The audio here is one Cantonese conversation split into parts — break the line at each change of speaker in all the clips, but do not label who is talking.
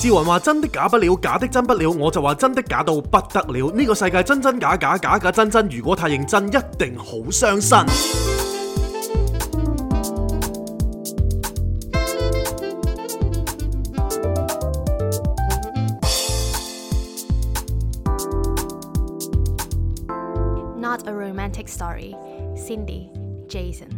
志雲話真的假不了，假的真不了，我就話真的假到不得了。呢個世界真真假假，假假真真，如果太認真，一定好傷身。
Not a romantic story. Cindy, Jason.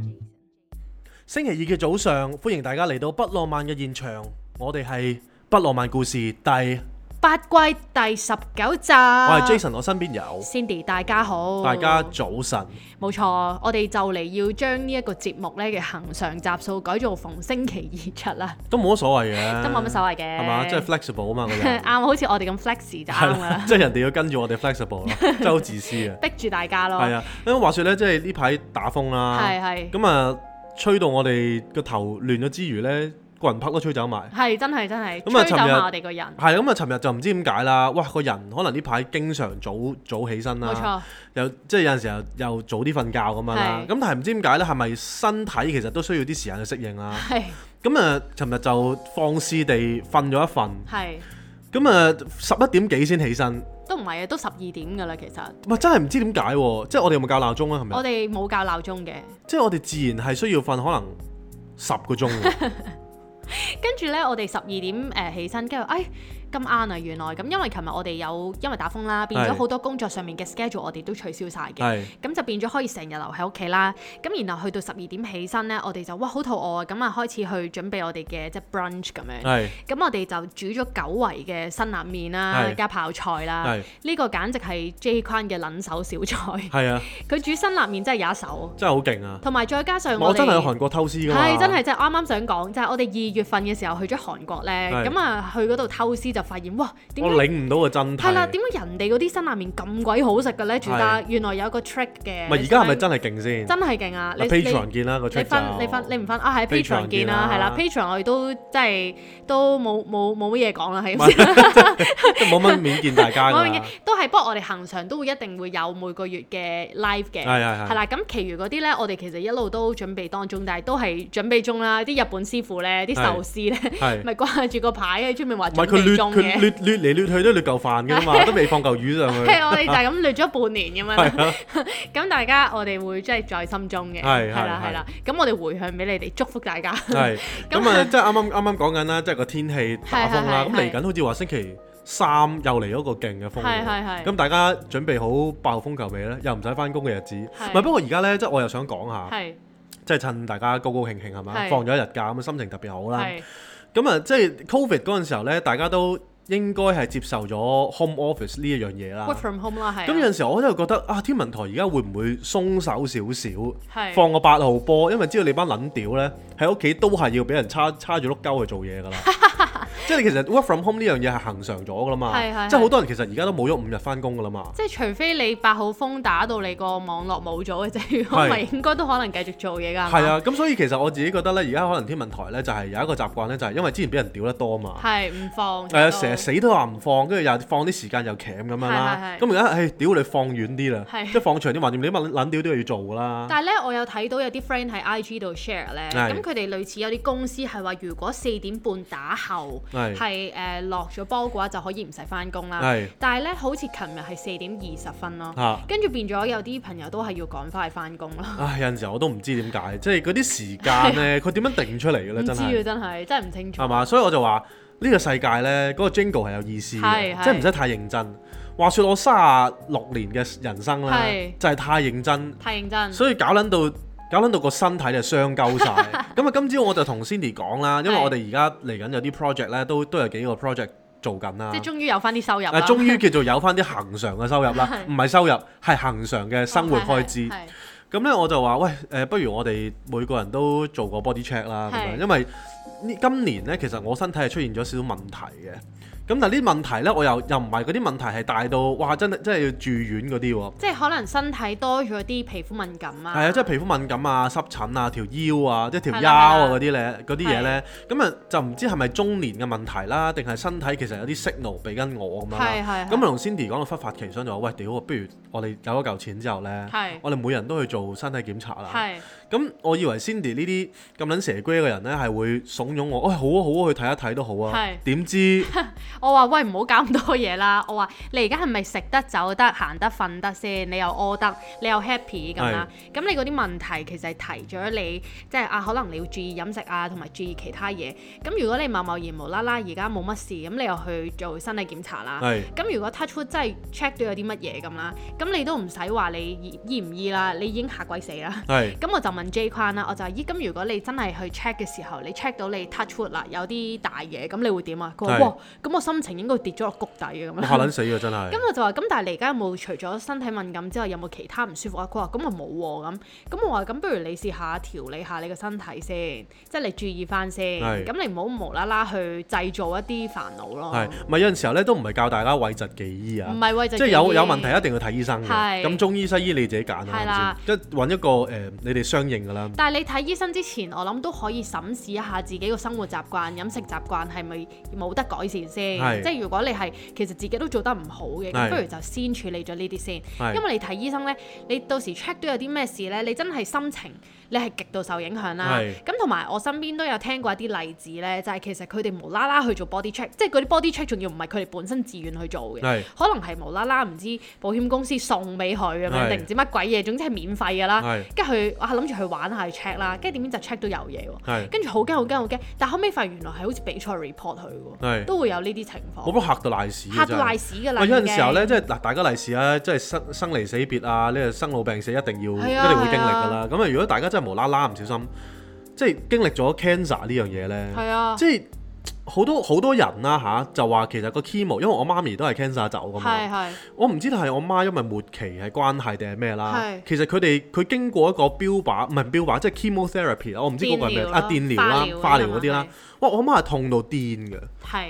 星期二嘅早上，歡迎大家嚟到不浪漫嘅現場，我哋係不浪漫故事第，我
八季第十九集。
係
我
Jason，我身邊有
Cindy，大家好。
大家早晨，
冇錯，我哋就嚟要將呢一個節目咧嘅恒常集數改做逢星期二出啦，
都冇乜所謂嘅，
都冇乜所謂嘅。
嗯係嘛， 即係 flexible 啊嘛，個人
啱，好似我哋咁 flex 就 啱啊
係
啦
啦，， 即係人哋要跟住我哋 flexible 咯，真係好自私啊嘅。
逼住大家咯。
係啊，咁話說咧，即係呢排打風啦，
係係
咁啊，吹到我哋個頭亂咗之餘咧，個人拍都吹走埋。
係真係真係，
咁啊
吹走
尋日
下我哋個人。
係咁啊，尋日就唔知點解啦，哇！個人可能呢排經常早早起身
冇
啦，
錯，
又即係有陣時候又早啲瞓覺咁樣啦。
係
咁但係唔知點解咧，係咪身體其實都需要啲時間去適應啦？
係
咁啊，尋日就放肆地瞓咗一瞓，
係
咁啊十一點幾先起身，
都唔係啊，都十二點㗎啦，其實
哇！真係唔知點解喎，即係我哋有冇校鬧鐘啊？係咪
我？哋冇校鬧鐘嘅。
即係我哋自然係需要瞓可能十個鐘 喎，
跟住咧，我哋十二點誒、呃起身，跟住哎咁晏啊，原來咁，因為琴日我哋有因為打風啦，變咗
係
好多工作上面嘅 schedule 我哋都取消晒嘅，
係
咁就變咗可以成日留喺屋企啦。咁然後去到十二點起身咧，我哋就哇好肚餓啊，咁啊開始去準備我哋嘅即係 brunch 咁樣。
係
咁我哋就煮咗久違嘅辛辣麵啦，
係
加泡菜啦
係，
呢個簡直係 J 框嘅撚手小菜。
係啊，
佢煮辛辣麵真係有一手，
真係好勁啊！
同埋再加上
我
我
真係去
哋。
韓國偷師㗎嘛，
係真係，即係啱啱想講，就係我哋二月份嘅時候去咗韓國咧，
係
咁啊去嗰度偷師就發現，哇點
我
解
領唔到個真
係啦？
諦。
點解人哋嗰啲辛辣麵咁鬼好食嘅咧？住家
係
原來有個 trick
咪
嘅。
而家係咪真係勁先？
真係勁啊！你
嗱
你
Patreon 見啦個
你
trick
分
就
你分你唔分啊？喺
Patreon
Patreon 見啦，係啦，Patreon 我哋都即係都冇冇冇乜嘢講啦，係
唔係即係冇乜面見大家
嗰樣
㗎
嘢
啦。
都係，不 過我哋恒常都會一定會有每個月嘅 live 嘅，
係係係
係啦。咁其餘嗰啲咧，我哋其實一路都準備當中，但係都係準備中啦。啲日本師傅咧，啲
係
壽司咧，
係
咪掛住個牌喺出面話
唔係
準
佢
備
掠
中
佢
嘅。
掠掠嚟掠去都掠嚿飯㗎嘛，都未放嚿魚上去。 啊
係啊我哋就係咁掠咗半年咁樣啦，咁大家我哋會即係在心中嘅，
係
係啦
係
係啦。咁我哋回向俾你哋，祝福 大家。
係咁啊，即係啱啱啱啱講緊啦，即係個天氣打風啦。
係係係
咁嚟緊好似話星期三又嚟嗰個勁嘅風
係係
喎。
係
咁大家準備好爆風球未呢？又唔使翻工嘅日子。唔
係
係不過而家呢，即係我又想講下，
係
即係趁大家高高興興係嘛，
係
放咗一日假咁心情特別好啦。
係
咁啊，即係 Covid 嗰陣時候呢，大家都應該係接受咗 home office 呢一樣嘢啦
work。from home 啦，係
咁有陣時候我都係覺得啊，天文台而家會唔會鬆手少少？
係
放個八號波，因為知道你班撚屌呢，喺屋企都係要俾人叉叉住碌鳩去做嘢㗎啦。 即係你其實 work from home 呢樣嘢係恒常咗㗎啦嘛，
係係
即係好多人其實而家都冇咗五日翻工㗎啦嘛。
即係除非你八號風打到你個網絡冇咗嘅啫，如果唔係應該都可能繼續做嘢㗎。
係
係嘛，
啊，咁所以其實我自己覺得呢，而家可能天文台呢就係有一個習慣呢，就係因為之前俾人屌得多嘛。
係唔放。
係啊，成日死都話唔放，跟住又放啲時間又鉗咁樣啦。
係係係
咁而家唉，屌你放遠啲啦，
係
即係放長啲，橫掂你乜撚屌都要做㗎啦。
但係咧，我有睇到有啲 friend 喺 IG 度 share 咧，
係
咁佢哋類似有啲公司係話，如果四點半打後
係
係誒落咗波嘅話，就可以唔使翻工啦。
係
但係咧，好似琴日係四點二十分咯，
嚇。
跟住變咗有啲朋友都係要趕快翻工咯。
唉，有陣時候我都唔知點解，即係嗰啲時間 咧，佢點樣定出嚟嘅咧？
唔知
真
啊，
係啊
真係真係唔清楚
係。嘛？所以我就話呢個世界咧，嗰、個 jingle 係有意思
係
嘅，
係
即係唔使太認真。話說我卅六年嘅人生咧
係，
就係太認真，
太認真，
所以搞撚到搞撚到個身體就傷鳩 晒。咁啊，今朝我就同 Cindy 講啦，因為
係
我哋而家嚟緊有啲 project 咧，都都有幾個 project 做緊啦
即係。終於有翻啲收入啦。
誒，啊終於叫做有翻啲恒常嘅收入啦，
係
唔係收入，係恒常嘅生活開支。
哦係係係
咁咧我就話喂誒、不如我哋每個人都做個 body check 啦，咁
係
樣，因為呢今年咧其實我身體係出現咗少少問題嘅。咁但係啲問題呢，我又又唔係嗰啲問題係大到哇，真係真係要住院嗰啲喎。
即係可能身體多咗啲皮膚敏感啊，
係啊，即係皮膚敏感啊、濕疹啊、條腰啊、即係條
係啦
腰啊
係啦
嗰啲咧，嗰啲嘢咧，咁啊就唔知係咪中年嘅問題啦，定係身體其實有啲 signal 俾緊我咁樣
係
啦。
係
咁啊同 Cindy 講到忽發奇想就話：喂，屌，不如我哋有咗嚿錢之後咧
係，
我哋每人都去做身體檢查啦。
係
咁我以為 Cindy 呢啲咁撚蛇龜嘅人咧係會慫恿我，喂、好啊好啊，去睇一睇都好啊
係。
點 知
我話喂唔好搞咁多嘢啦， 我話你而家係咪食得走得行得瞓得先？你又屙得，你又 happy 咁啦。咁你嗰啲問題其實係提咗你，即係啊，可能你要注意飲食啊，同埋注意其他嘢。咁如果你貿貿然無啦啦而家冇乜事，咁你又去做身體檢查啦。
係
咁如果 touch wood 真係 check 到有啲乜嘢咁啦，咁你都唔使話你醫唔醫啦，你已經嚇鬼死啦。
係
咁我就問 J 框啦，我就話咦，咁如果你真係去 check 嘅時候，你 check 到你 touch wood 啦，有啲大嘢，咁你會點啊？佢話
係
哇，咁我心情應該跌咗落谷底嘅咁
我嚇
樣。
撚死啊！真係
咁我就話咁，但係你而家有冇除咗身體敏感之外，有冇其他唔舒服啊？佢話咁我冇喎咁。咁我話咁，不如你試下調理下你個身體先，即係你注意翻先。
係
咁你唔好無啦啦去製造一啲煩惱咯。
係咪有陣時候咧都唔係教大家諱疾忌醫啊
唔？係為就
即係有
建議
有問題一定要睇醫生嘅，
係
咁中醫西醫你自己揀
係
啦係
啦，
咪先即係揾一個誒、呃你哋相應㗎啦。
但係你睇醫生之前，我諗都可以審視一下自己個生活習慣、飲食習慣係咪冇得改善先。
係
即係如果你係其實自己都做得唔好嘅，
係
咁不如就先處理咗呢啲先。
係
因為你睇醫生呢，你到時 check 到有啲咩事呢，你真係心情你係極度受影響啦
係。
咁同埋我身邊都有聽過一啲例子呢，就係、其實佢哋無啦啦去做 body check，即係嗰啲 body check 仲要唔係佢哋本身自願去做嘅。
係
可能係無啦啦唔知保險公司送俾佢
係
咁樣，定唔知乜鬼嘢，總之係免費㗎啦
係。
跟住佢啊諗住去玩下去 check 啦，跟住點知就 check 到有嘢
係
喎。跟住好驚好驚好驚，但後尾發現原來係好似比賽 report 佢
係
喎，都會有呢啲情
我
況，
都嚇到賴屎啊，
嚇到賴
真係
屎㗎啦。
喂有陣時候
已
咧，
經，
即係嗱，大家利是啊，即係生生離死別啊，呢個生老病死一定要
係
一
啊
定會經歷㗎啦。咁啊，如果大家真係無啦啦唔小心，即係經歷咗 cancer 呢樣嘢咧，
係啊，
即係好多好多人啦吓，就話其實個 chemo，因為我媽咪都係 cancer 走㗎嘛
係。係
我唔知道係我媽因為末期係關係定係咩啦
係。
其實佢哋佢經過一個標靶，唔係標靶，即係 chemotherapy 啦。我唔知嗰個係咩
電療啦
啊，電療啦
化療、
化療嗰啲啦。哇！我媽係痛到癲嘅。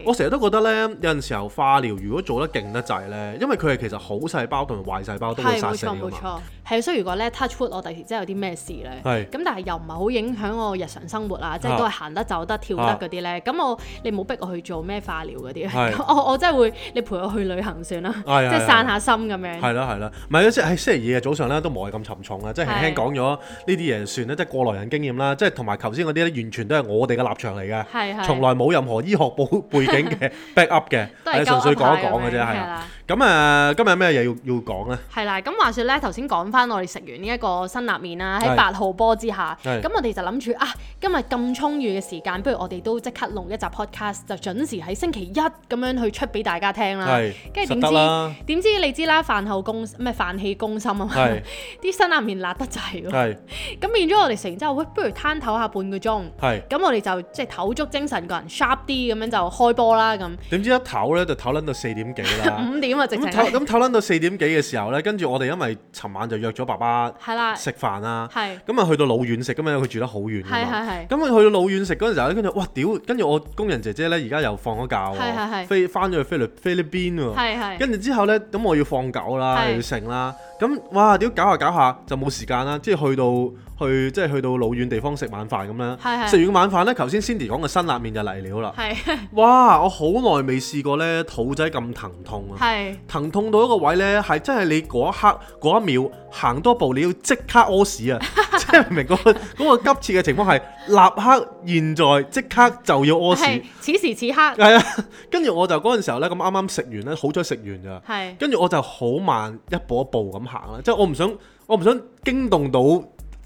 我
係
成日都覺得呢，有陣時候化療如果做得勁得滯呢，因為佢係其實好細胞同埋壞細胞都會
係
殺
冇
死
錯
㗎
冇
嘛。
錯，係所以如果咧 touch wood 我第時真係有啲咩事咧，
係
咁但係又唔係好影響我日常生活啊，即係都係行得走得跳
啊
得嗰啲咧，咁我你冇逼我去做咩化療嗰啲
係，
咁 我我真係會你陪我去旅行算啦，
係
即
係
係散下心咁樣。
係啦係啦，唔係即係喺星期二嘅早上咧，都冇係咁沉重啊啦，即係輕輕
係
講咗呢啲嘢就算啦，即係過來人經驗啦，即係同埋頭先嗰啲咧，完全都係我哋嘅立場嚟嘅。
係係，
從來冇任何醫學報 背景嘅 back up 嘅，
都係
純粹
鳩噏下
講一講嘅
咁
啫，
樣
係啊。
啦。
咁啊，今日有咩嘢要要講咧？
係啦，咁話說咧，頭先講翻我哋食完呢一個辛辣麵啦，
係
喺八號波之下，
係
咁我哋就諗住啊，今日咁充裕嘅時間，不如我哋都即刻弄一集 podcast，就準時喺星期一咁樣去出俾大家聽啦。
係，
跟住
實
啊點
得
知
啦，
點知你知啦，飯後攻唔係飯氣攻心啊嘛，
係
啲辛辣麵辣得滯喎，
係
咁變咗我哋食完之後，喂，不如攤唞下半個鐘，
係。
咁我哋就即係唞足精神，個人 sharp 啲咁樣就開波啦，咁
點知一唞咧就唞撚到四點幾啦。
五點 啊直情
咁唞
係
咁唞撚到四點幾嘅時候咧，跟住我哋因為尋晚就約咗爸爸
係啦，
食飯啦，
係
咁啊去到老院食，咁啊佢住得好遠㗎
係
嘛。
係係。
咁啊去到老院食嗰陣時候咧，跟住哇屌，跟住我工人姐姐咧而家又放咗假
係係
喎，
係
飛翻咗去菲律菲律賓喎。
係係
跟住之後呢，咁我要放狗啦，
係
又要剩啦，咁哇屌搞下搞下就冇時間啦，即係去到去即係去到老遠地方食晚飯咁啦。
係係
食完晚飯呢，頭先 Cindy 講嘅辛辣麵就嚟料啦。
係
哇！我好耐未試過呢肚仔咁疼痛啊，
係
疼痛到一個位呢，係真係你嗰一刻嗰一秒行多步，你要即刻屙屎 啊！即係明明嗰、個嗰個急切嘅情況係立刻現在即刻就要屙
係
屎，
此時此刻
係啊！跟住我就嗰陣時候呢，咁啱啱食完呢，好彩食完咋。
係
跟住我就好慢一步一步咁行啦，即係我唔想我唔想驚動到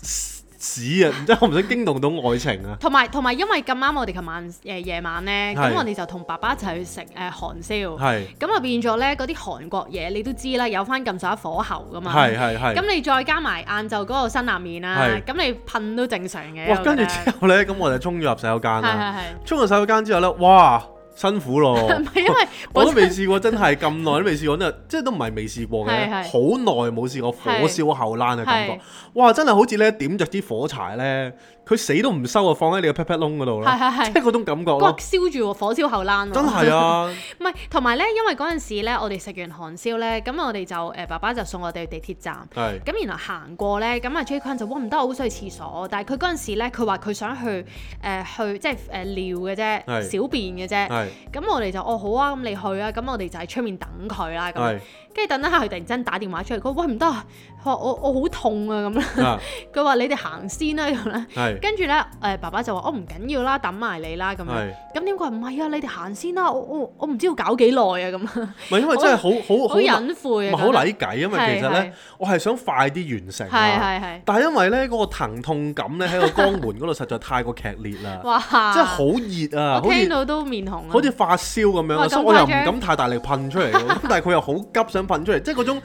屎 啊，然之後我唔想驚動到愛情啊，
同埋同埋，因為咁啱我哋琴晚誒夜晚咧，
係
咁我哋就同爸爸一齊去食誒韓燒，
係
咁啊變咗咧嗰啲韓國嘢你都知啦，有翻咁上下火候噶嘛，
係係係。
咁你再加埋晏晝嗰個辛辣麵啦
係，
咁你噴都正常嘅。
哇！
我覺
跟住
得
之後呢，咁我就衝咗入洗手間
係係
啦。
係
衝入洗手間之後呢，哇！辛苦咯。
唔係因為
我都
本
未
身
試過，真係咁耐都未試過，真係即係都唔係未試過嘅，
係係
好耐冇試過火燒後欄嘅感覺
係。
哇！真係好似咧點着啲火柴咧，佢死都唔收啊，放喺你個 pat pat 窿嗰度咯，
係係
即係
係
嗰種感覺
骨
咯，
燒住喎火燒後欄喎，
真係啊！
唔係，同埋咧，因為嗰陣時咧，我哋食完韓燒咧，咁我哋就誒、爸爸就送我哋去地鐵站。
係
咁然後行過咧，咁阿啊 J Kun 就哇唔得，我好想去廁所。但係佢嗰陣時咧，佢話佢想去誒、去即係誒、尿嘅
係啊
啫，小便嘅啫。
係
咁我哋就哦好啊，咁你去啊，咁我哋就喺出面等佢啦。咁
係
樣跟住等等下，佢突然間打電話出嚟，佢話喂唔得啊，佢話我我好痛啊咁啦。
啊
佢話你哋行先啦咁啦。
係
跟住咧，誒、爸爸就話：我唔緊要啦，等埋你啦咁樣
係。
咁點解唔係啊？你哋行先啦，我我我唔知要搞幾耐啊咁啊，
唔係因為真係好好
好隱晦
唔
啊，
係好
覺得
禮計，因為
係
其實
係
咧，我係想快啲完成
係
啊。
係係，
但係因為咧嗰個疼痛感咧喺個肛門嗰度實在太過劇烈啦，
哇！
真係好熱啊，好
我聽
似
到都面紅啊，
好似發燒咁樣啊，
哇
所以
咁
我又唔
誇張
敢太大力噴出嚟喎。 咁但係佢又好急想噴出嚟，即係嗰種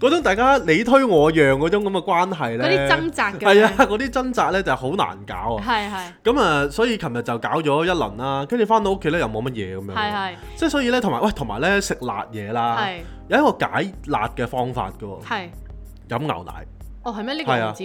嗰種大家你推我讓嗰種咁嘅關係
嗰
咧，
啲掙扎咁
係啊
樣，，
嗰啲掙扎咧就係好難搞啊。
係係
咁啊，所以琴日就搞咗一輪啦，跟住翻到屋企咧又冇乜嘢咁
係
樣，
係
即係所以咧同埋喂同埋咧食辣嘢啦，
係
有一個解辣嘅方法嘅喎，
係，
飲牛奶
哦係咩？呢
係
個
啊
我唔知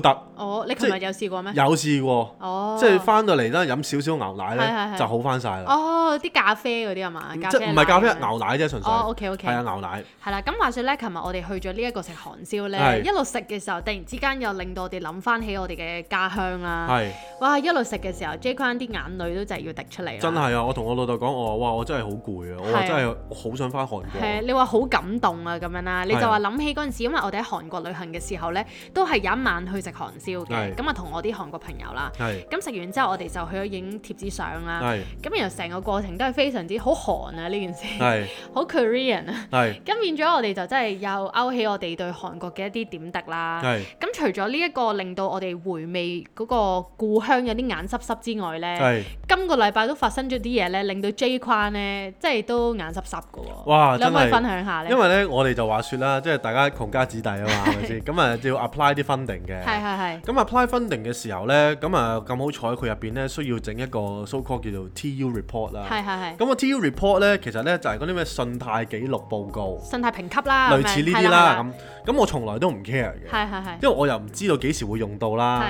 超得，
哦你琴日有試過咩？
有試過，
哦，
即係翻到嚟咧飲少少牛奶
係係
咧
係
就好翻晒啦，
哦啲咖啡嗰啲係嘛？
嗯即係唔係咖啡
奶咁樣
牛奶啫，純粹
哦，OK
係
OK，
啊牛奶。
係啦，咁話說咧，琴日我哋去咗呢一個食韓燒
係
咧，一路食嘅時候，突然之間又令到我哋諗翻起我哋嘅家鄉啦。
係，
哇！一路食嘅時候，J Kun 啲眼淚都就係要滴出嚟啦。
真係啊！我同我老豆講，我話哇，我真係好攰啊！我話
係啊
真係我好想翻韓國。啊
係你話好感動啊咁樣啦，你
係啊
就話諗起嗰陣時，因為我哋喺韓國旅行嘅時候呢，都係有一晚去食韓
係
燒嘅，咁啊同我啲韓國朋友啦，
係
咁食完之後我哋就去咗影貼紙相啦，
係
咁然後成個過程都係非常之好韓啊呢件事，
係
好 Korean 啊，
係
咁變咗我哋就真係又勾起我哋對韓國嘅一啲點滴啦。
係
咁除咗呢一個令到我哋回味嗰個故鄉有啲眼濕濕之外呢，
係，
今個禮拜都發生咗啲嘢呢，令到 J 框呢，即係都眼濕濕嘅喎。
哇！
你
真
可唔可以分
係。
享下呢
因？為咧，我哋就話説啦，即係大家窮家子弟啊嘛， 係咪先？咁啊，就要 apply 啲 funding
係
嘅。
係係
咁 apply funding 嘅時候咧，咁啊咁好彩，佢入邊咧需要整一個 so called 叫做 TU report 啦。
係係係
咁個 TU report 咧，其實咧就係嗰啲咩信貸記錄報告，
生態評級啊啦，
類似呢啲啦。
咁
咁咁我從來都唔 care
樣。
嘅，
係係係
因為我又唔知道幾時會用到啦。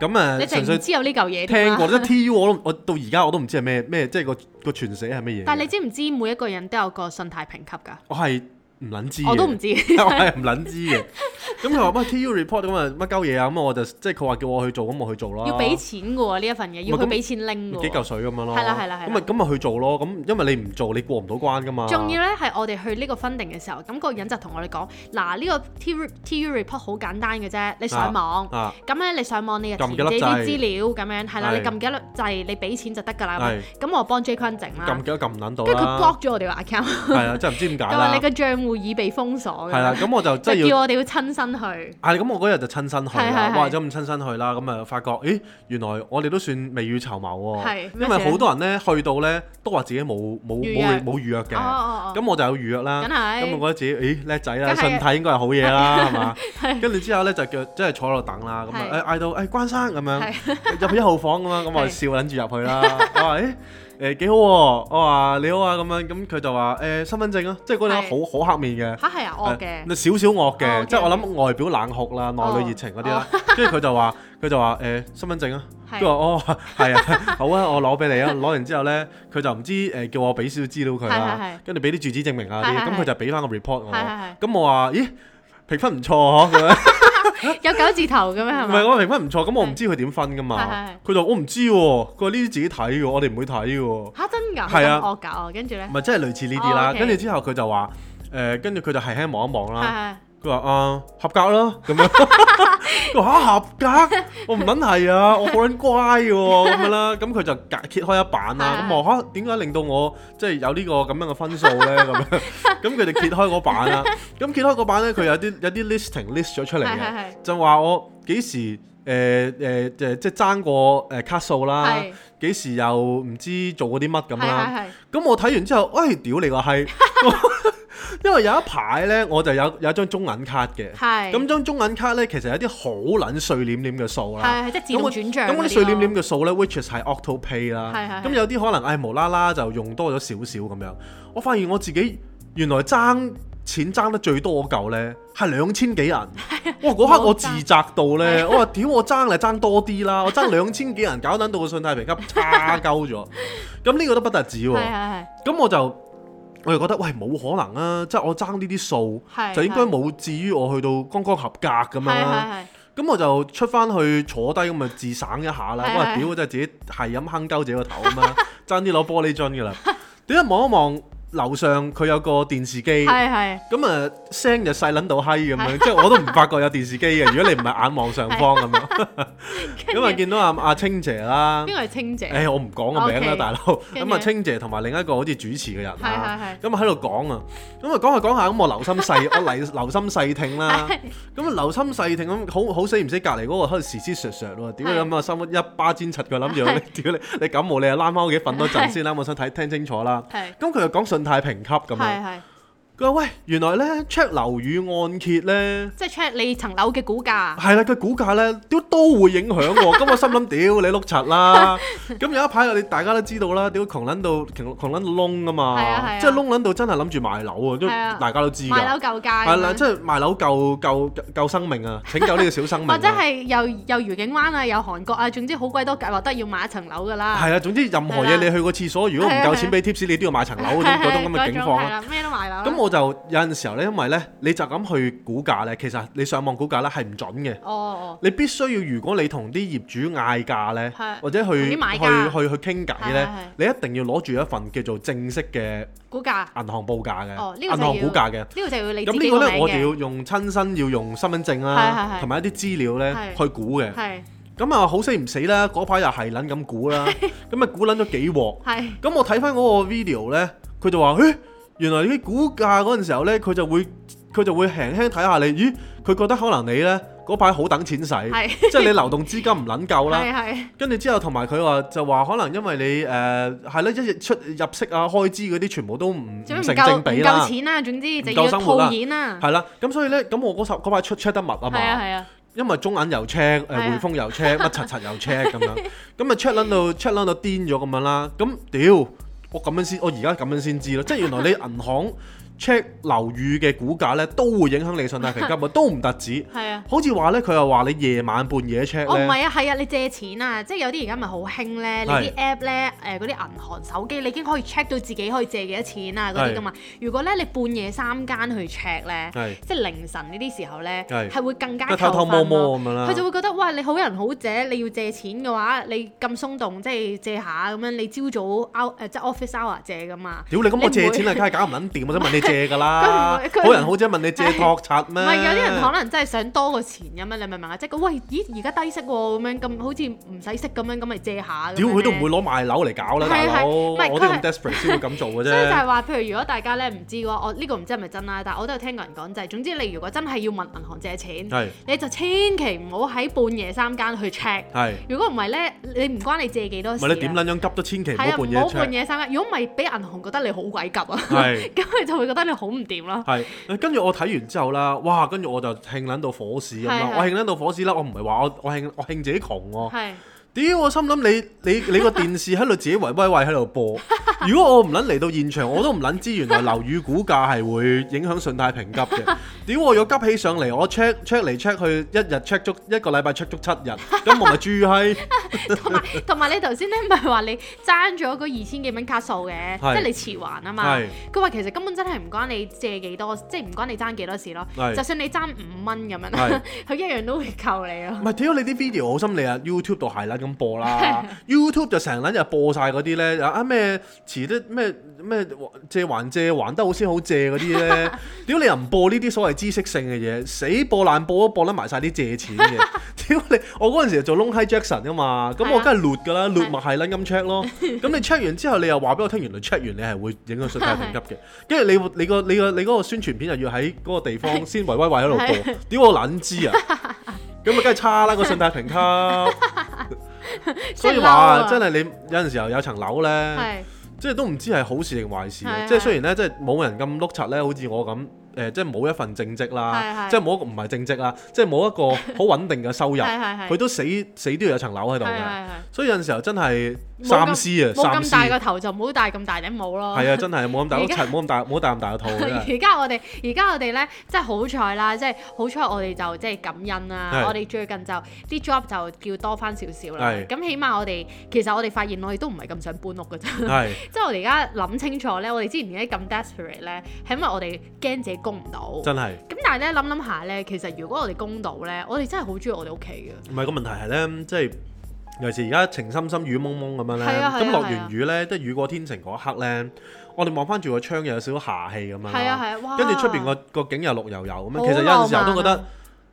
係，
咁啊，
你
純
淨
粹
唔知有啊呢嚿嘢添
聽
啦
過，即係 TU 我都我到而家我都唔知係咩咩，即係個個全寫係乜嘢。
但係你知唔知每一個人都有個信態評級㗎？
我係唔撚知嘅
我都唔知。
我係唔撚知嘅。咁佢話乜 TU report 咁啊乜鳩嘢啊咁我就即係佢話叫我去做咁我去做啦。
要俾錢㗎喎呢一份嘢，要
哦咪咁
佢俾錢拎㗎
幾嚿
喎。
水咁樣咯。
係啦係啦係啦
咁咪咁咪去做咯。咁因為你唔做你過唔到關㗎嘛。
仲要咧係我哋去呢個 funding 嘅時候，咁、個人就同我哋講：嗱，呢、個 T T U report 好簡單嘅啫，你上網。
啊
咁咧，你上網你就
撳
填
幾粒
自己啲
掣
資料咁樣，係啦，
係
你撳幾粒掣，你俾錢就得㗎啦。
係
咁樣咁我幫 J Kun 整啦
撳，幾多撳唔撚到
啊跟住佢
啦。
block 咗我哋個 account。
係啊，真係唔知 點解
佢話
啦
你。個賬戶已被封鎖
係啦，
嘅，
咁我就真係
就
要
叫。我哋要親身去。
係啊咁，我嗰日就親身去啦
係係，係
哇！咁親身去啦，咁啊發覺，咦，原來我哋都算未雨綢繆喎
係，
因
咩
為
事呢啊
好多人咧去到咧都話自己冇冇
預
冇
約
冇預約嘅，
哦
咁、
哦哦，
我就有預約啦，
梗係
咁我覺得自己，咦，叻仔啦，
梗係
信貸應該係好嘢啦，係嘛？跟住之後咧就叫即係坐喺度等啦，咁
係
啊誒嗌到誒關生咁
係
樣入去一號房咁樣，咁我
係
笑撚住入去啦，我話誒。誒幾好喎！我話你好啊咁樣，咁佢就話誒、身份證啊，即係嗰
係
啲好好黑面嘅，
嚇係啊，惡嘅，
誒呃少少惡
哦
嘅，
，OK，
即係我諗外表冷酷啦，內裏熱情嗰啲啦。跟住佢就話，佢就話誒身份證啊，跟住
哦係
我哦係啊， 好啊，我攞俾你啊。攞完之後咧，佢就唔知誒叫我俾少少資料佢
係係
啦
係，
跟住俾啲住址證明啊啲，
係係
咁
係
佢就俾翻個 report 我
係係係。
咁我話咦評分唔錯嗬，咁樣
有九字頭嘅咩係
唔
咪？
係我評分唔錯，咁我唔知佢點分噶
係
嘛
係係。
佢就我唔知喎，佢話呢啲自己睇嘅，我哋唔會睇嘅喎。
嚇真㗎，
係啊
咁惡㗎，哦跟住咧，
咪即係類似呢啲啦。
哦，OK
跟住之後佢就話誒，跟住佢就係輕望一望啦。
係
佢話啊合格啦咁 樣，佢話嚇合格，我唔撚係啊，我好撚乖嘅喎咁樣啦，咁佢就隔揭開一版啦，
係
咁我嚇啊點解令到我即係有呢個咁樣嘅分數咧咁 樣，咁佢哋揭開嗰版啦，咁揭開嗰版咧佢有啲有啲 listing list 咗出嚟嘅，
係係係
就話我幾時誒誒誒即係爭過誒卡數啦
係，
幾時又唔知做過啲乜咁
係
啦。
係係
咁我睇完之後，哎，屌你個閪！因為有一排呢，我就有有一張中銀卡嘅。
係
咁啊張中銀卡呢，其實有啲好撚碎臉臉嘅數啦。
係係即係自動
咁我
轉帳
咁嗰
嗰
啲
啲
碎臉
咯
臉嘅數呢 which is 係 Octo Pay 啦。
係係係
咁有啲可能唉無啦啦就用多咗少少咁樣。我發現我自己原來爭錢爭得最多嗰嚿呢係兩千幾銀。哇！嗰刻我自責到呢，我話屌我爭嚟爭多啲啦，我爭兩千幾銀，搞撚到個信貸評級差鳩咗。咁呢個都不特止喎。
係係
咁我就我就覺得喂冇可能啊！即係我爭呢啲數
係
就應該冇至於我去到剛剛合格咁啊樣
係係
啦。
係
咁我就出翻去坐低咁咪自省一下啦。
係
哇！
係
屌真係自己係咁哼鳩自己個頭咁 啦，爭啲攞玻璃樽㗎啦。點解望一望樓上佢有個電視機？
係係
咁啊聲就細撚到閪咁樣，即係我都唔發覺有電視機嘅。如果你唔係眼望上方咁樣， 咁啊見到阿阿清姐啦，
邊個係清姐？
誒、我唔講個名啦
OK
大佬。
跟
咁
住
啊，清姐同埋另一個好似主持嘅人
係係
啊
係，
咁啊喺度講啊，咁啊講下講下，咁我留心細， 我嚟留心細聽 啦。咁啊留心細聽，咁好好死唔死隔離嗰個喺度時時削削喎，屌你
係
咁啊，心一巴尖柒佢，諗住你 屌你你感冒你啊，躝翻屋企瞓多陣先啦，我想睇聽清楚啦。
係
咁佢又講信貸評級咁啊
係
樣，
係，
佢話喂，原來咧 check 樓宇按揭咧。
即係 check 你層樓嘅估價。
係啦，佢股價咧都都會影響 喎。咁我心諗，屌你碌柒啦！咁有一排你大家都知道啦，屌窮撚到窮窮撚到窿啊
係啊係
嘛，
啊
即係窿撚到真係諗住賣樓啊，都
係啊
大家都知
買樓啊
㗎。
救價
係
咁
啦，
樣，
即係賣樓救救救生命啊，拯救呢個小生命
或者
啊。
係又又愉景灣啊，又韓國啊，總之好鬼多計劃都係要買一層樓㗎啦。
係啊，總之任何嘢
係啦
你去個廁所，如果唔
係啊
夠
係
錢
啊
俾 tips，你都要買層樓嗰種嗰種咁嘅境況
係啊
啦。
啦，咩都買樓啦。
啊咁我就有陣時候咧，因為咧你就咁去估價咧，其實你上網估價咧係唔準嘅。
哦
你必須要，如果你同啲業主嗌價咧
係，
或者去去去
同啲買家
去傾偈
係係
咧
係，
你一定要攞住一份叫做正式嘅
哦，估價呢
銀行報價嘅，
哦呢個
銀
就要
行估價嘅。
個就要你
咁
自己
呢個
個
咧，
名
我哋
嘅，
要用親身要用身份證
係
啦
係，係
同埋一啲資料咧
係
去估嘅。
係
咁啊，好死唔死啦，嗰排又係撚咁估 啦，咁啊估撚咗幾鑊。
係
咁我睇翻嗰個 video 咧，佢就話：，誒，原來啲股價嗰陣時候咧，佢就會佢就會輕輕睇下你，咦，佢覺得可能你咧嗰排好等錢使，
係
即係你流動資金唔撚夠啦。
係係
跟住之後，同埋佢話就話可能因為你誒係啦，一日出入息啊、開支嗰啲全部都唔唔
總
成
之唔夠
正
唔
比啦
夠，錢啦，總之就
唔夠
要
生活啦
套現啦。
係啦。咁所以咧，咁我嗰首嗰排出 check 得密啊
係啊
嘛，
係啊，
因為中銀又 check，誒呃
係
匯
啊
豐又 check，乜柒柒又 check 咁樣，咁啊 check 撚到 check 撚到癲咗咁樣啦。咁屌，我咁樣先，我而家咁樣先知咯，即係原來你銀行 check 樓宇嘅估價咧，都會影響你信貸評 級啊，都唔特止。
係啊。
好似話咧，佢又話你夜晚半夜 check
哦，唔
咧，
係啊，係啊，你借錢啊，即係有啲而家咪好興咧，你
係
啲 app 咧，誒嗰啲銀行手機，你已經可以 check 到自己可以借幾多錢啊嗰啲噶嘛。如果咧你半夜三更去 check 咧，
係
即係凌晨呢啲時候咧，
係
係會更加
都偷偷
扣分
摸啊摸
咯
咁樣啦
佢。就會覺得哇，你好人好姐，你要借錢嘅話，你咁鬆動，即係借下咁樣，你朝早 out 誒即係 office hour 借噶嘛？
屌你咁我借錢
你
啊，
唔
梗係搞唔撚掂，我想問你借㗎啦
佢唔。會佢
好人好姐問你借托柒
唔
咩？
係有啲人可能真係想多個錢咁樣，你明唔明啊？即係個喂，咦而家低息喎咁樣，咁好似唔使息咁樣，咁咪借下咁樣
屌佢都唔
咧
會攞賣樓嚟搞啦，
係
大佬。
係唔係
我都咁
佢係
desperate 先會咁做嘅
所以就係
啫。
話，譬如如果大家咧唔知嘅話，我呢個唔知係咪真啦，但係我都有聽過人講就係，總之你如果真係要問銀行借錢，
係
你就千祈唔好喺半夜三更去 check。
係，
如果唔係咧，你唔關你借幾多
唔
事
係
啊。
你點撚樣急都千祈唔好
係啊，
半夜
唔好 半
check。
夜三更。如果唔係，俾銀行覺得你好鬼急啊，
係
咁佢就會覺得你好唔掂咯。
係，跟住我睇完之後啦，哇！跟住我就興撚到火屎咁啦
係，係
我興撚到火屎啦，我唔係話我我興我興自己窮喎。
係
屌我心諗你你你個電視喺度自己維威維喺度播，如果我唔撚嚟到現場，我都唔撚知原來樓宇股價係會影響信貸評級嘅。屌我若急起上嚟，我 check check 嚟 check 去，一日 check 足一個禮拜 check 足七日，咁我咪豬閪。
同埋同埋你頭先咧，咪話你爭咗嗰二千幾蚊卡數嘅，即
係
係你遲還啊嘛
係。
佢話其實根本真係唔關你借幾多，即係唔關你爭幾多事咯
係。
就算你爭五蚊咁
係
樣， 佢一樣都會扣你咯
唔。係屌你啲 video 好心你啊，YouTube 度係撚咁播啦，YouTube 就成撚日播晒嗰啲咧啊咩遲啲咩咩借還借還得好先好借嗰啲 咧，屌你又唔播呢啲所謂知識性嘅嘢，死播爛播都播得埋晒啲借錢 嘅，屌你我嗰陣時做 Long High Jackson 啊嘛，咁我梗係 loot 㗎啦，loot 咪係撚咁 check 咯，咁你 check 完之後你又話俾我聽，原來 check 完你係會影響信貸評級嘅，跟住你你個你個你嗰個宣傳片又要喺嗰個地方先維威維喺度播，屌我撚知啊！咁咪梗係差啦個信貸 評級，所以
即係嬲
話
啊
真係你有陣時候有層樓咧，
係
即即係都唔知係好事定壞事
係
嘅。
係
即係雖然咧，即係冇人咁碌柒咧，好似我咁。誒、即係冇一份正職啦，
係係
即係冇一個唔係正職啦，即係冇一個好穩定嘅收入，
係係係
佢都死死都要有層樓喺度
係
嘅。
係係。
所以有陣時候真係
冇咁
三思啊，
冇
三
咁
思。
大個頭就唔好戴咁大頂帽咯。
係啊，真係 冇咁大碌
而家
柒，冇咁大冇大咁大個肚真係。
而家我哋而家我哋咧，即係好彩啦，即係好彩我哋就即係感恩啦
係。
我哋最近就啲 job 就叫多翻少少啦。
係
咁起碼我哋其實我哋發現我哋都唔係咁想搬屋嘅啫。
係
即係我哋而家諗清楚咧，我哋之前點解咁 desperate 咧，係因為我哋驚自己供唔到。
真係。
咁但係咧諗諗下咧，其實如果我哋供到咧，我哋真係好中意我哋屋企嘅。
唔係個問題係咧，即係尤其是而家情深深雨蒙蒙咁樣咧，
係啊係啊
咁落
係啊
完雨咧，即係雨過天晴嗰一刻咧，我哋望翻住個窗又有少少霞氣咁樣
係啊
啦，
係啊，哇！
跟住出邊個個景又綠油油咁樣，其實
好
有陣時候
浪漫
都覺得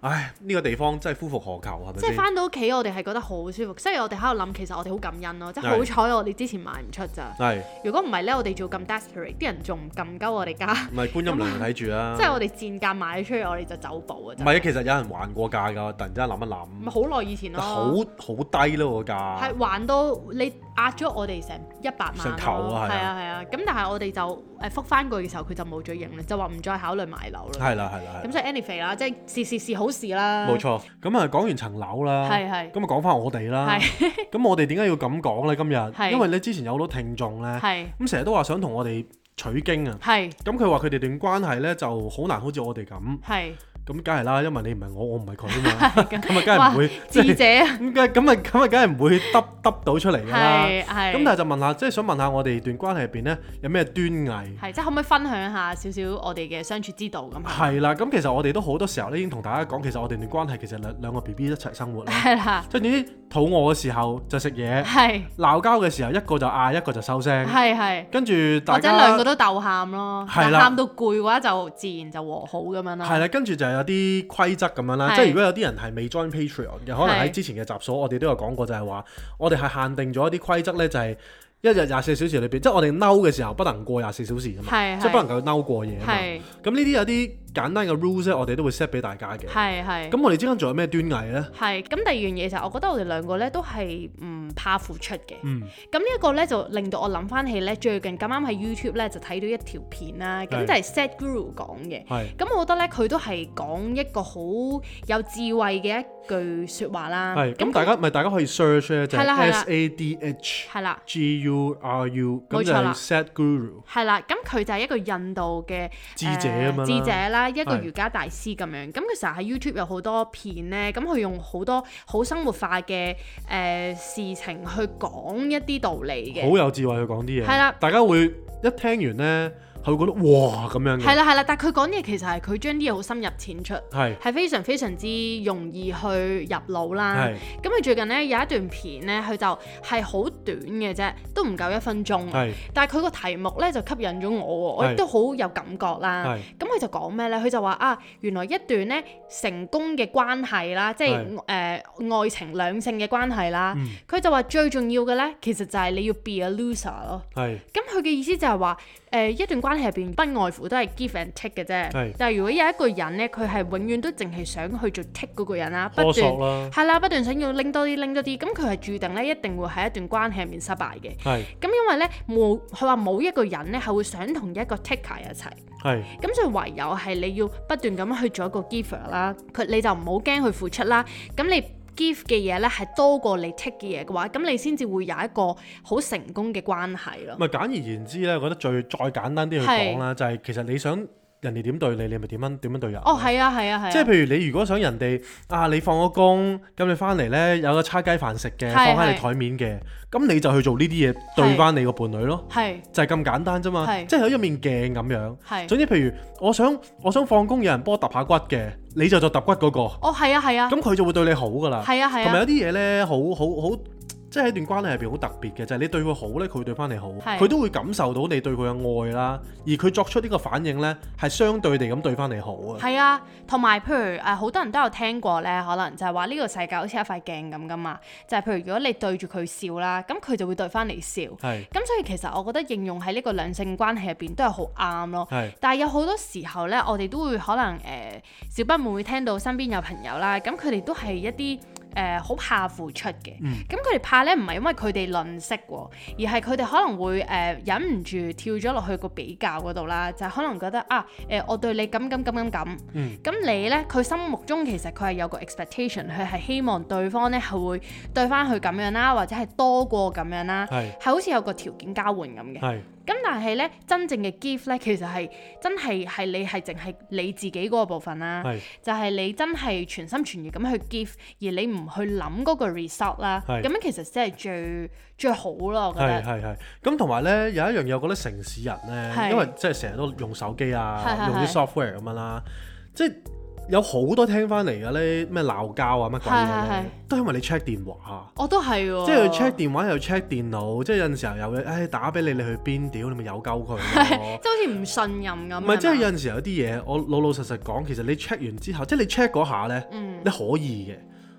啊，
唉，呢個地方真係夫復何求係咪
即係
先？
翻到屋企，我哋係覺得好舒服。即係我哋喺度諗，其實我哋好感恩咯，即係好
係
彩我哋之前賣唔出咋。
係，
如果唔係咧，我哋做咁 desperate，啲人仲唔撳鳩我哋價，
唔係觀音娘睇住啦
啊即。係我哋賤價賣咗出去，我哋就走步啊！
唔
真係
係啊，其實有人還過價㗎，突然之間諗一
咪
諗，
好耐以前咯，
好好低咯個價
嗯哦係，還到你壓咗我哋成一百萬
啊
咯
成頭啊
係
係
啊
啊
係啊！咁但係我哋就誒復翻句嘅時候，佢就冇咗應啦，就話唔再考慮買樓啦。
係啦係啦，係啦
咁所以 anyway 啦，即係事事是好事啦。
冇，錯。咁啊講完層樓啦，
係係
咁啊講翻我哋啦。
係
咁我哋點解要咁講呢？今
係
日因為咧之前有好多聽眾呢，
係
咁成日都話想同我哋取經啊。
係
咁佢話佢哋段關係呢就好難，好似我哋咁。
係
咁梗係啦，因為你唔係我，我唔係佢啊嘛。咁啊，梗係唔會 即
智
係
者
咁梗咁啊，咁啊，梗係唔會揼揼到出嚟㗎啦。
係係。
咁但係就問下，即係想問下我哋段關係入邊呢，有咩端倪？
係，即係可唔可以分享下少少我哋嘅相處之道咁啊？
係啦，咁其實我哋都好多時候咧已經同大家講，其實我哋段關係其實兩兩個 B B 一齊生活啦。
係啦，
即係總之肚餓嘅時候就食嘢，
係
鬧交嘅時候一個就嗌，一個就收聲。
係係。
跟住
或
大
者
家
兩個都鬥喊咯，
係
但
啦
喊到攰嘅話就自然就和好咁樣啦。
係啦，跟住就有啲規則咁樣啦。
係
即係如果有啲人係未 join Patreon 嘅，可能
係
喺之前嘅集數我哋都有講過，就係話我哋係限定咗一啲規則呢，就係一日廿四小時裏邊，即係我哋嬲嘅時候不能過廿四小時㗎嘛，
係
即係不
係
能夠嬲過夜啊嘛。
係
咁呢啲有啲簡單嘅 rules 咧，我哋都會 set 俾大家嘅。
係係。
咁我哋之間仲有咩端倪呢？
係咁，第二樣嘢就係我覺得我哋兩個咧都係唔怕付出嘅。
嗯，
咁呢一個咧就令到我諗翻起咧，最近咁啱喺 YouTube 咧就睇到一條片啦，咁
係
就係 Set Guru 講嘅。
係
咁我覺得咧佢都係講一個好有智慧嘅一句説話啦。
係。咁
佢
大家咪大家可以 search 咧，就
啊係啦係
係
啦
S A D H
係啦。
G U R U，
冇
咁就
錯啦
係 Set Guru
係啦，咁佢就係一個印度嘅
智者咁樣啦
誒智者啦，一個
係
瑜伽大師咁樣。咁佢成日喺 YouTube 有好多片咧，咁佢用好多好生活化嘅誒、呃事情去講一啲道理嘅。
好有智慧去講啲嘢。
係啦
大家會一聽完呢，係會覺得哇咁樣
係
嘅。
啦係啦，但係佢講嘢其實係佢將啲嘢好深入淺出，
係
係非常非常之容易去入腦啦
係。
咁佢最近咧有一段片咧，佢就係好短嘅啫，都唔夠一分鐘啊。
係
但係佢個題目咧就吸引咗我喎，我亦
係
都好有感覺啦。
係
咁佢就講咩呢？佢就話啊，原來一段咧成功嘅關係啦，即係誒、嗯呃愛情兩性嘅關係啦。佢、就話最重要嘅呢，其實就係你要 be a loser 咯。
係
咁佢嘅意思就係話誒一段關係入邊不外乎都係 give and take 嘅啫
係。
但係如果有一個人呢，佢係永遠都淨係想去做 take 嗰個人啦，不
苛
斷
索啦，
係啦，不斷想要拎多啲拎多啲，咁佢係注定呢，一定會喺一段關係入面失敗嘅。
係
咁因為呢，冇佢話冇一個人呢係會想同一個 taker 一齊。
係
咁所以唯有係你要不斷咁樣去做一個 giver 啦，佢你就唔好驚去付出啦。咁你 give 嘅嘢咧係多過你 take 嘅嘢嘅話，咁你先至會有一個好成功嘅關係咯。
咪啊簡而言之咧，我覺得最再簡單啲去
係
講啦，就係其實你想人哋點對你，你咪點樣點樣對人。
哦，係啊，係啊，
即
係
係
啊，
譬如你如果想人哋啊，你放咗工，咁你翻嚟呢，有個叉雞飯食嘅，
係
放喺你
係
台面嘅，咁你就去做呢啲嘢對翻你個伴侶咯，
係
就係咁簡單啫嘛
係。
即係有一面鏡咁樣。
係，
總之，譬如我想我想放工，有人幫我揼下骨嘅，你就做揼骨嗰個，
哦，係啊，係啊，
咁佢就會對你好噶啦。
係啊，係
同埋
啊，
有啲嘢呢，好好好，即係喺一段關係入邊好特別嘅，就係、你對佢好呢，佢會對翻你好，
係
佢都會感受到你對佢嘅愛啦，而佢作出呢個反應呢，係相對地咁對翻你好啊。
係啊，同埋譬如誒，好多人都有聽過咧，可能就係話呢個世界好似一塊鏡咁噶嘛，就係譬如如果你對住佢笑啦，咁佢就會對翻你笑。
係
咁所以其實我覺得應用喺呢個兩性關係入邊都係好啱咯。
係
但係有好多時候呢，我哋都會可能誒、呃少不免會聽到身邊有朋友啦，咁佢哋都係一啲誒好怕付出嘅
嗯，
咁佢哋怕咧唔係因為佢哋吝嗇喎，而係佢哋可能會誒、忍唔住跳咗落去個比較嗰度啦，就係可能覺得啊誒、我對你咁咁咁咁咁，
嗯
咁你咧佢心目中其實佢係有個 expectation，佢係希望對方咧係會對翻佢咁樣啦，或者係多過咁樣啦，
係
係好似有個條件交換咁嘅。
係
咁但係咧，真正嘅 gift 咧，其實係真係係你係淨係你自己嗰個部分啦，
係
就係你真係全心全意咁去 give，而你唔去諗嗰個 result 啦，
係
咁樣其實先係最最好咯，我覺
係
得。
係係，咁同埋咧有一樣嘢，我覺得城市人咧，
係
因為即係成日都用手機啊
係係，
用啲 software 咁樣啦，即係有好多聽翻嚟嘅咧，咩鬧交啊乜鬼嘢
係係
咧
係，哦
都因為你 check 電話。啊
我都係喎。
即係佢 check 電話又 check 電腦，即係有陣時候又唉打俾你，你去邊屌你咪有鳩佢咯。
即係好似唔信任咁。啊
唔係，即係
嘛
有陣時候有啲嘢，我老老實實講，其實你 check 完之後，即係你 check 嗰下呢，
嗯
你可以嘅。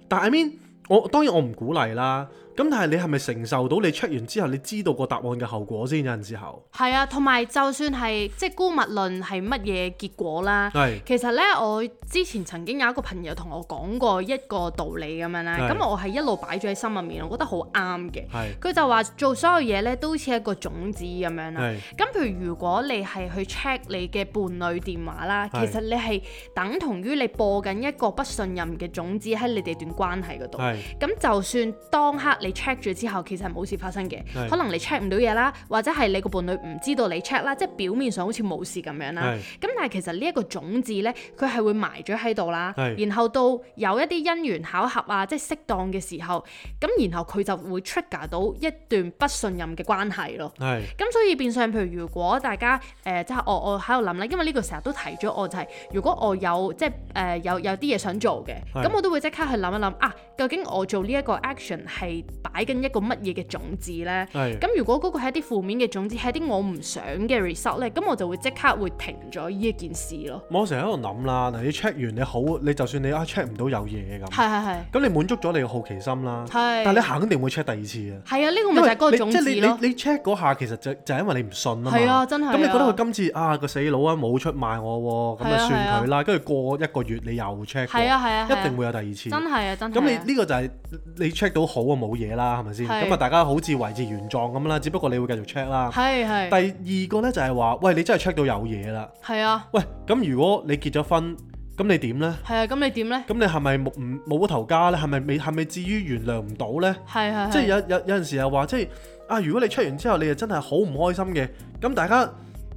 但係 I mean，我當然我唔鼓勵啦。咁但係你係咪承受到你 check 完之後，你知道個答案嘅後果先？有陣時候
係啊，同埋就算係即係姑勿論係乜嘢結果啦。
係
其實咧，我之前曾經有一個朋友同我講過一個道理咁樣啦，
係
咁我係一路擺咗喺心入面，我覺得好啱嘅。
係
佢就話做所有嘢咧都好似一個種子咁樣啦。
係
咁譬如如果你係去 check 你嘅伴侶電話啦，其
係
實你係等同於你播緊一個不信任嘅種子喺你哋段關係嗰度。
係
咁就算當刻你 check 咗之後，其實係冇事發生嘅
係，
可能你 check 唔到嘢啦，或者係你個伴侶唔知道你 check 啦，即係表面上好似冇事咁樣啦
係。
咁但係其實呢一個種子呢，佢係會埋咗喺度啦，
係
然後到有一啲因緣巧合啊，即係適當嘅時候，咁然後佢就會 trigger 到一段不信任嘅關係咯。
係
咁所以變相，譬如如果大家誒、呃即係我我喺度諗啦，因為呢個成日都提咗我就係、如果我有即係誒、呃有有啲嘢想做嘅，
係
咁我都會即刻去諗一諗啊，究竟我做呢一個 action 係擺緊一個乜嘢嘅種子呢？
係
咁如果嗰個係一啲負面嘅種子，係一啲我唔想嘅 result 呢，咁我就會即刻會停咗呢一件事咯。
我成日喺度諗啦。嗱，你 check 完你好，你就算你啊 check 唔到有嘢咁，
係係係
咁你滿足咗你嘅好奇心啦。
係。
但係你肯定會 check 第二次嘅。
係啊，呢、個
因
咪就
為
係嗰個
你
種
即係你
子咯。
你你 check 嗰下，其實就就係因為你唔信啊嘛。
係啊真係啊
咁你覺得佢今次啊個死佬啊冇出賣我喎，咁
係
啊
啊
算佢啦。跟住過一個月你又 check，過
係啊係啊，係啊
一定會有第二次。
真係啊真係
咁
啊。
你呢個就係你 check 到好啊冇嘢啦，係咪先？
係
咁啊大家好似維持原狀咁啦，只不過你會繼續 check 啦。
係係
第二個呢就係話，喂你真係 check 到有嘢啦。
係啊
喂，咁如果你結咗婚，咁你點呢？
係啊，咁你點呢？
咁你係咪冇唔冇咗頭家呢？係咪未係咪至於原諒唔到呢？
係係係
即係有有有陣時又話，即係啊，如果你 check 完之後，你又真係好唔開心嘅，咁大家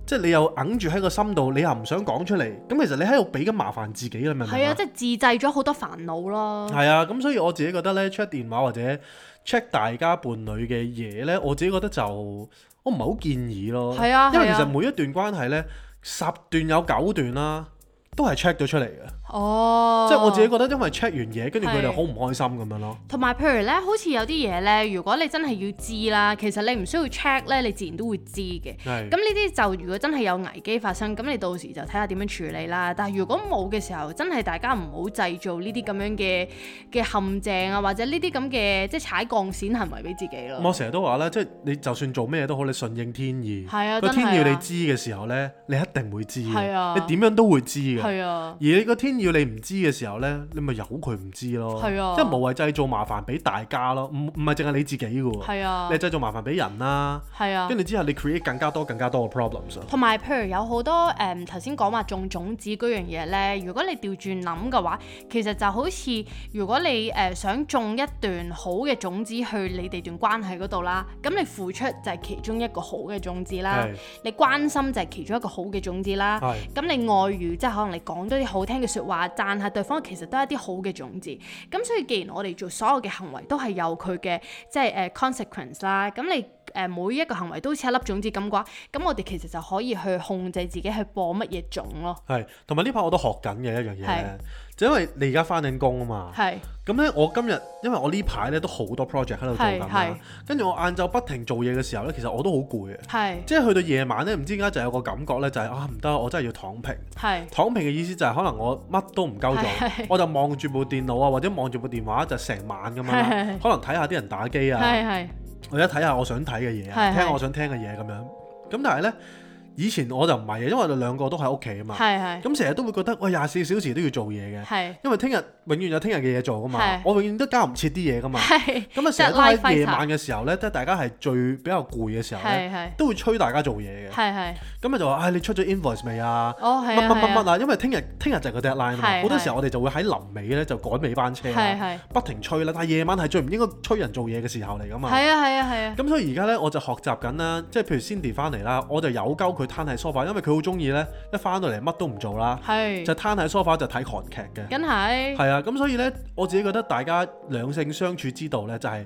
即係你又揞住喺個心度，你又唔想講出嚟，咁其實你喺度俾緊麻煩自己啦，明唔
係
明
啊，
啊？
即係自製咗好多煩惱咯。
係啊，咁所以我自己覺得咧，check 電話或者 check 大家伴侶嘅嘢咧，我自己覺得就我唔係好建議咯。
係啊
因為
係
其
啊
實每一段關係咧，十段有九段啦，都係 check 咗出嚟嘅。
哦，
即係我自己覺得，因為 check 完嘢，跟住佢哋
係
好唔開心咁樣咯。
同埋譬如咧，好似有啲嘢咧，如果你真係要知啦，其實你唔需要 check 咧，你自然都會知嘅。
係
咁呢啲就如果真係有危機發生，咁你到時就睇下點樣處理啦。但係如果冇嘅時候，真係大家唔好製造呢啲咁樣嘅嘅陷阱啊，或者呢啲咁嘅即係踩鋼線行為俾自己
我
咯。
成日都話啦，即係你就算做咩都好，你順應天意。
係啊
個
真係啊
天要你知嘅時候呢，你一定會知嘅。
係啊
你點樣都會知嘅。
係啊，
而你個天要你唔知嘅時候呢，你咪由佢唔知咯。
係啊
即係無謂製造麻煩俾大家咯，唔唔係淨係你自己嘅喎。
係啊
你，製造麻煩俾人啦，
係啊
跟。住之後你 create 更加多更加多嘅 problems 啊。
同埋，譬如有好多誒頭先講話種種子嗰樣嘢咧，如果你調轉諗嘅話，其實就好似如果你誒、呃想種一段好嘅種子去你哋段關係嗰度啦，咁你付出就係其中一個好嘅種子啦
係，
你關心就係其中一個好嘅種子啦
係，
咁你外語即係可能你講多啲好聽嘅説話，讚下對方，其實都係一啲好嘅種子。咁所以既然我哋做所有嘅行為都係有佢嘅即係誒、呃 consequence 啦，咁你誒、呃每一個行為都好似一粒種子咁嘅話，咁我哋其實就可以去控制自己去播乜嘢種咯。
係，同埋呢排我都學緊嘅一樣嘢呢，就因為你而家翻緊工啊嘛。
係
咁咧，我今日因為我呢排咧都好多 project 喺度做緊
係係
啦，跟住我晏晝不停做嘢嘅時候咧，其實我都好攰啊嘅。
係
即係去到夜晚咧，唔知點解就有個感覺咧，就係、啊唔得，我真係要躺平。
係
躺平嘅意思就係可能我乜都唔夠做，我就望住部電腦啊，或者望住部電話就成晚咁樣啦
係係
可能睇下啲人打機啊，
係係
或者睇下我想睇嘅嘢
係
啊，
係
聽我想聽嘅嘢咁樣。咁但係咧，以前我就唔係嘅，因為我哋兩個都喺屋企啊嘛。
係係
咁成日都會覺得喂廿四小時都要做嘢嘅，
係
因為聽日永遠有聽日嘅嘢做啊噶嘛
係，
我永遠都交唔切啲嘢噶嘛。
係
咁啊，成日都喺夜晚嘅時候咧，即係大家係最比較攰嘅時候咧，
係係
都會催大家做嘢嘅。
係係，
咁啊就話：唉，你出咗 invoice 未啊？
哦係
乜乜乜乜
啊
啊！因為聽日聽日就係個 deadline 啊嘛
係
好多
係
時候我哋就會喺臨尾咧就趕尾班車
係
啊
係
不停催啦。但係夜晚係最唔應該催人做嘢嘅時候嚟噶嘛。
係啊係啊係啊，
咁所以而家咧，我就學習緊啦，即係譬如 Cindy 翻嚟啦，我就有鳩佢攤喺 sofa，因為佢好中意咧，一翻到嚟乜都唔做啦，
係啊
就攤喺 sofa 就睇韓劇嘅。
梗係
係啊，咁所以咧，我自己覺得大家兩性相處之道咧，就係、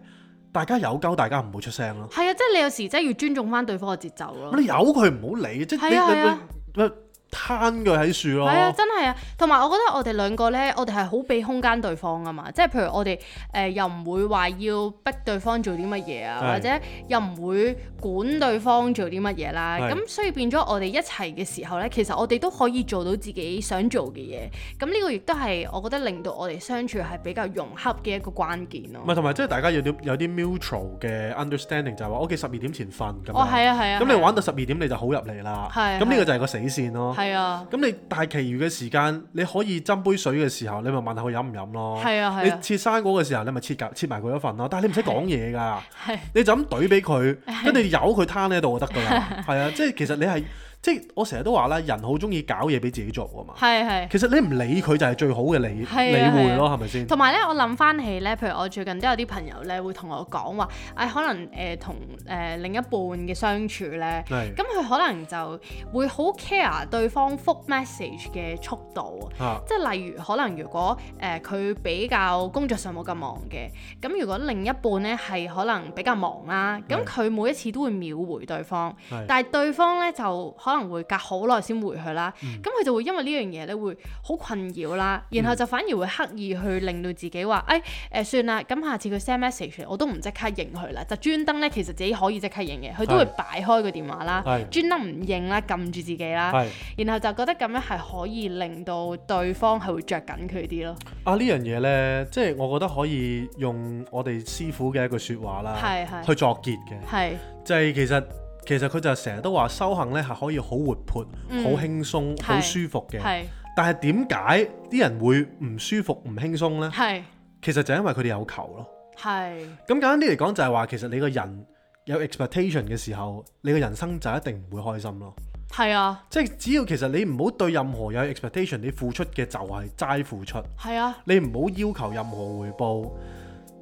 大家有鳩，大家唔好出聲咯。
係啊，即係你有時真係要尊重翻對方嘅節奏咯
咁。你由佢唔好理，即係你
係啊
你
係啊
你你攤佢喺樹
係啊，
咯。
真係啊，同埋我覺得我哋兩個咧，我哋係好俾空間對方啊嘛，即係譬如我哋誒、呃又唔會話要逼對方做啲乜嘢啊，
係
或者又唔會管對方做啲乜嘢啦。
係
咁所以變咗我哋一齊嘅時候咧，其實我哋都可以做到自己想做嘅嘢。咁呢個亦都係我覺得令到我哋相處係比較融洽嘅一個關鍵咯
唔。係，同埋即係大家有啲有啲 mutual 嘅 understanding，就係話 OK 十二點前瞓咁
哦，
樣。
係啊，係啊。
咁你
係啊
玩到十二點你就好入嚟啦。咁
係
呢個
係
就係個死線咯。
係啊，
咁你但係其餘嘅時間，你可以斟杯水嘅時候，你咪問下佢飲唔飲咯。
係啊，係
你
啊，
切生果嘅時候，你咪切夾切埋佢一份咯。但係你唔使講嘢㗎，
係
你就咁懟俾佢，跟住由佢攤喺度就得㗎啦。係啊，即係其實你係即係我成日都話啦，人好中意搞嘢俾自己做㗎嘛。
係啊
其
係。
實你唔理佢就係最好嘅理理
係啊係
會
啊
咯，係咪先？
同埋咧，我諗翻起咧，譬如我最近都有啲朋友咧，會同我講話，誒、哎可能誒同誒另一半嘅相處咧，
係
咁佢可能就會好 care 對方覆 message 嘅速度。
嚇
即係例如，可能如果誒佢、比較工作上冇咁忙嘅，咁如果另一半咧係可能比較忙啦，咁
係
佢每一次都會秒回對方，
係
但係對方咧就可能會隔好耐先回佢啦，
嗯
咁佢、就會因為呢樣嘢咧會好困擾啦，然後就反而會刻意去令到自己話，誒、哎、誒、算啦，咁下次佢 send message 嚟我都唔即刻應佢啦，就專登咧其實自己可以即刻應嘅，佢都會
係
擺開個電話啦
係，
專登唔應啦，撳住自己啦，
係。
然後就覺得咁樣係可以令到對方係會着緊佢啲咯，
啊呢樣嘢呢，即係我覺得可以用我哋師傅嘅一句説話啦，
係係
去作結嘅，
係
就係其實其實佢就成日都話修行呢係可以好活潑、
嗯
好輕鬆、
係
好舒服嘅。
係
但係點解啲人會唔舒服、唔輕鬆呢？
係
其實就因為佢哋有求咯。
係
咁簡單啲嚟講，就係話其實你個人有 expectation 嘅時候，你個人生就一定唔會開心咯。
係啊
即係只要其實你唔好對任何有 expectation，你付出嘅就係齋付出。
係啊
你唔好要求任何回報。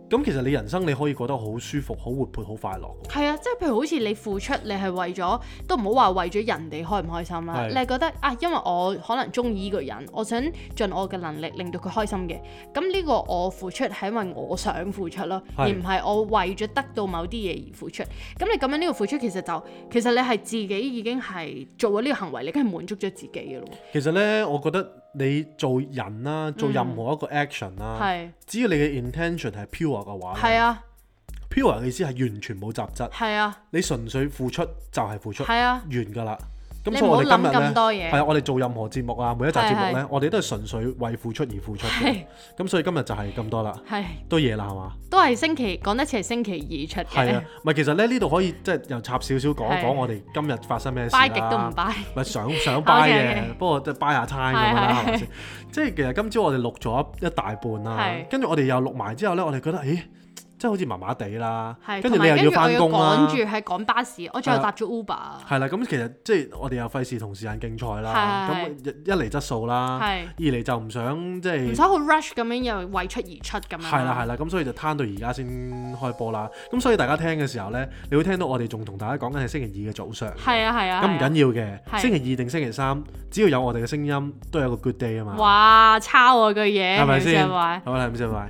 咁其實你人生你可以過得好舒服、好活潑、好快樂。
係啊，即係譬如好似你付出，你係為咗都唔好話為咗人哋開唔開心啦，
係
你係覺得啊，因為我可能中意呢個人，我想盡我嘅能力令到佢開心嘅，咁呢個我付出係因為我想付出咯，
係
而唔係我為咗得到某啲嘢而付出。咁你咁樣呢個付出其實就其實你係自己已經係做咗呢個行為，你梗係滿足咗自己嘅咯
其實呢，我覺得你做人啦、做任何一個 action 啦
喎，、嗯係
只要你嘅 intention 係 pure 嘅話
係
呢
啊
，pure 嘅意思係完全冇雜質，
係啊
你純粹付出就係付出，
係啊
完㗎啦。咁
你
所以
唔好
我哋今
諗
日
咁
呢，
多
係
嘢，
啊，我哋做任何節目啊，每一集節目
係
呢，我哋都係純粹為付出而付出嘅。
係
咁所以今日就係咁多啦，
係
都夜啦係嘛？
都係星期講得似係星期二出
係
嘅
啊，，唔係其實咧呢度可以即係又插少少講一
係
講我哋今日發生咩事啦。
拜極都唔拜。
咪 想想 buy 嘅
OK，OK，
不過即係 buy 下 time 咁樣啦，係咪先？即係其實今朝我哋錄咗一大半啦，
係
跟住我哋又錄埋之後咧，我哋覺得，咦，真係好似麻麻地啦
係，，
跟住你
同埋
又要
跟住我
翻
要
工啦啊
趕，住係趕巴士，我最後搭咗 Uber，啊
係啦，咁其實即係我哋又費事同時間競賽啦，
係
咁一一嚟質素啦，二
係
嚟就唔想即
唔
係
使。好 rush 咁樣又為出而出咁樣。
係啦係啦，咁所以就攤到而家先開波啦。咁所以大家聽嘅時候呢，你會聽到我哋仲同大家講緊係星期二嘅早上。
係啊係啊，
咁唔緊要嘅，
係
星期二定星期三，只要有我哋嘅聲音，都有個 good day 啊嘛。
哇，抄我句嘢，
係咪
你
先？
知唔知啊
好啦，咁就拜。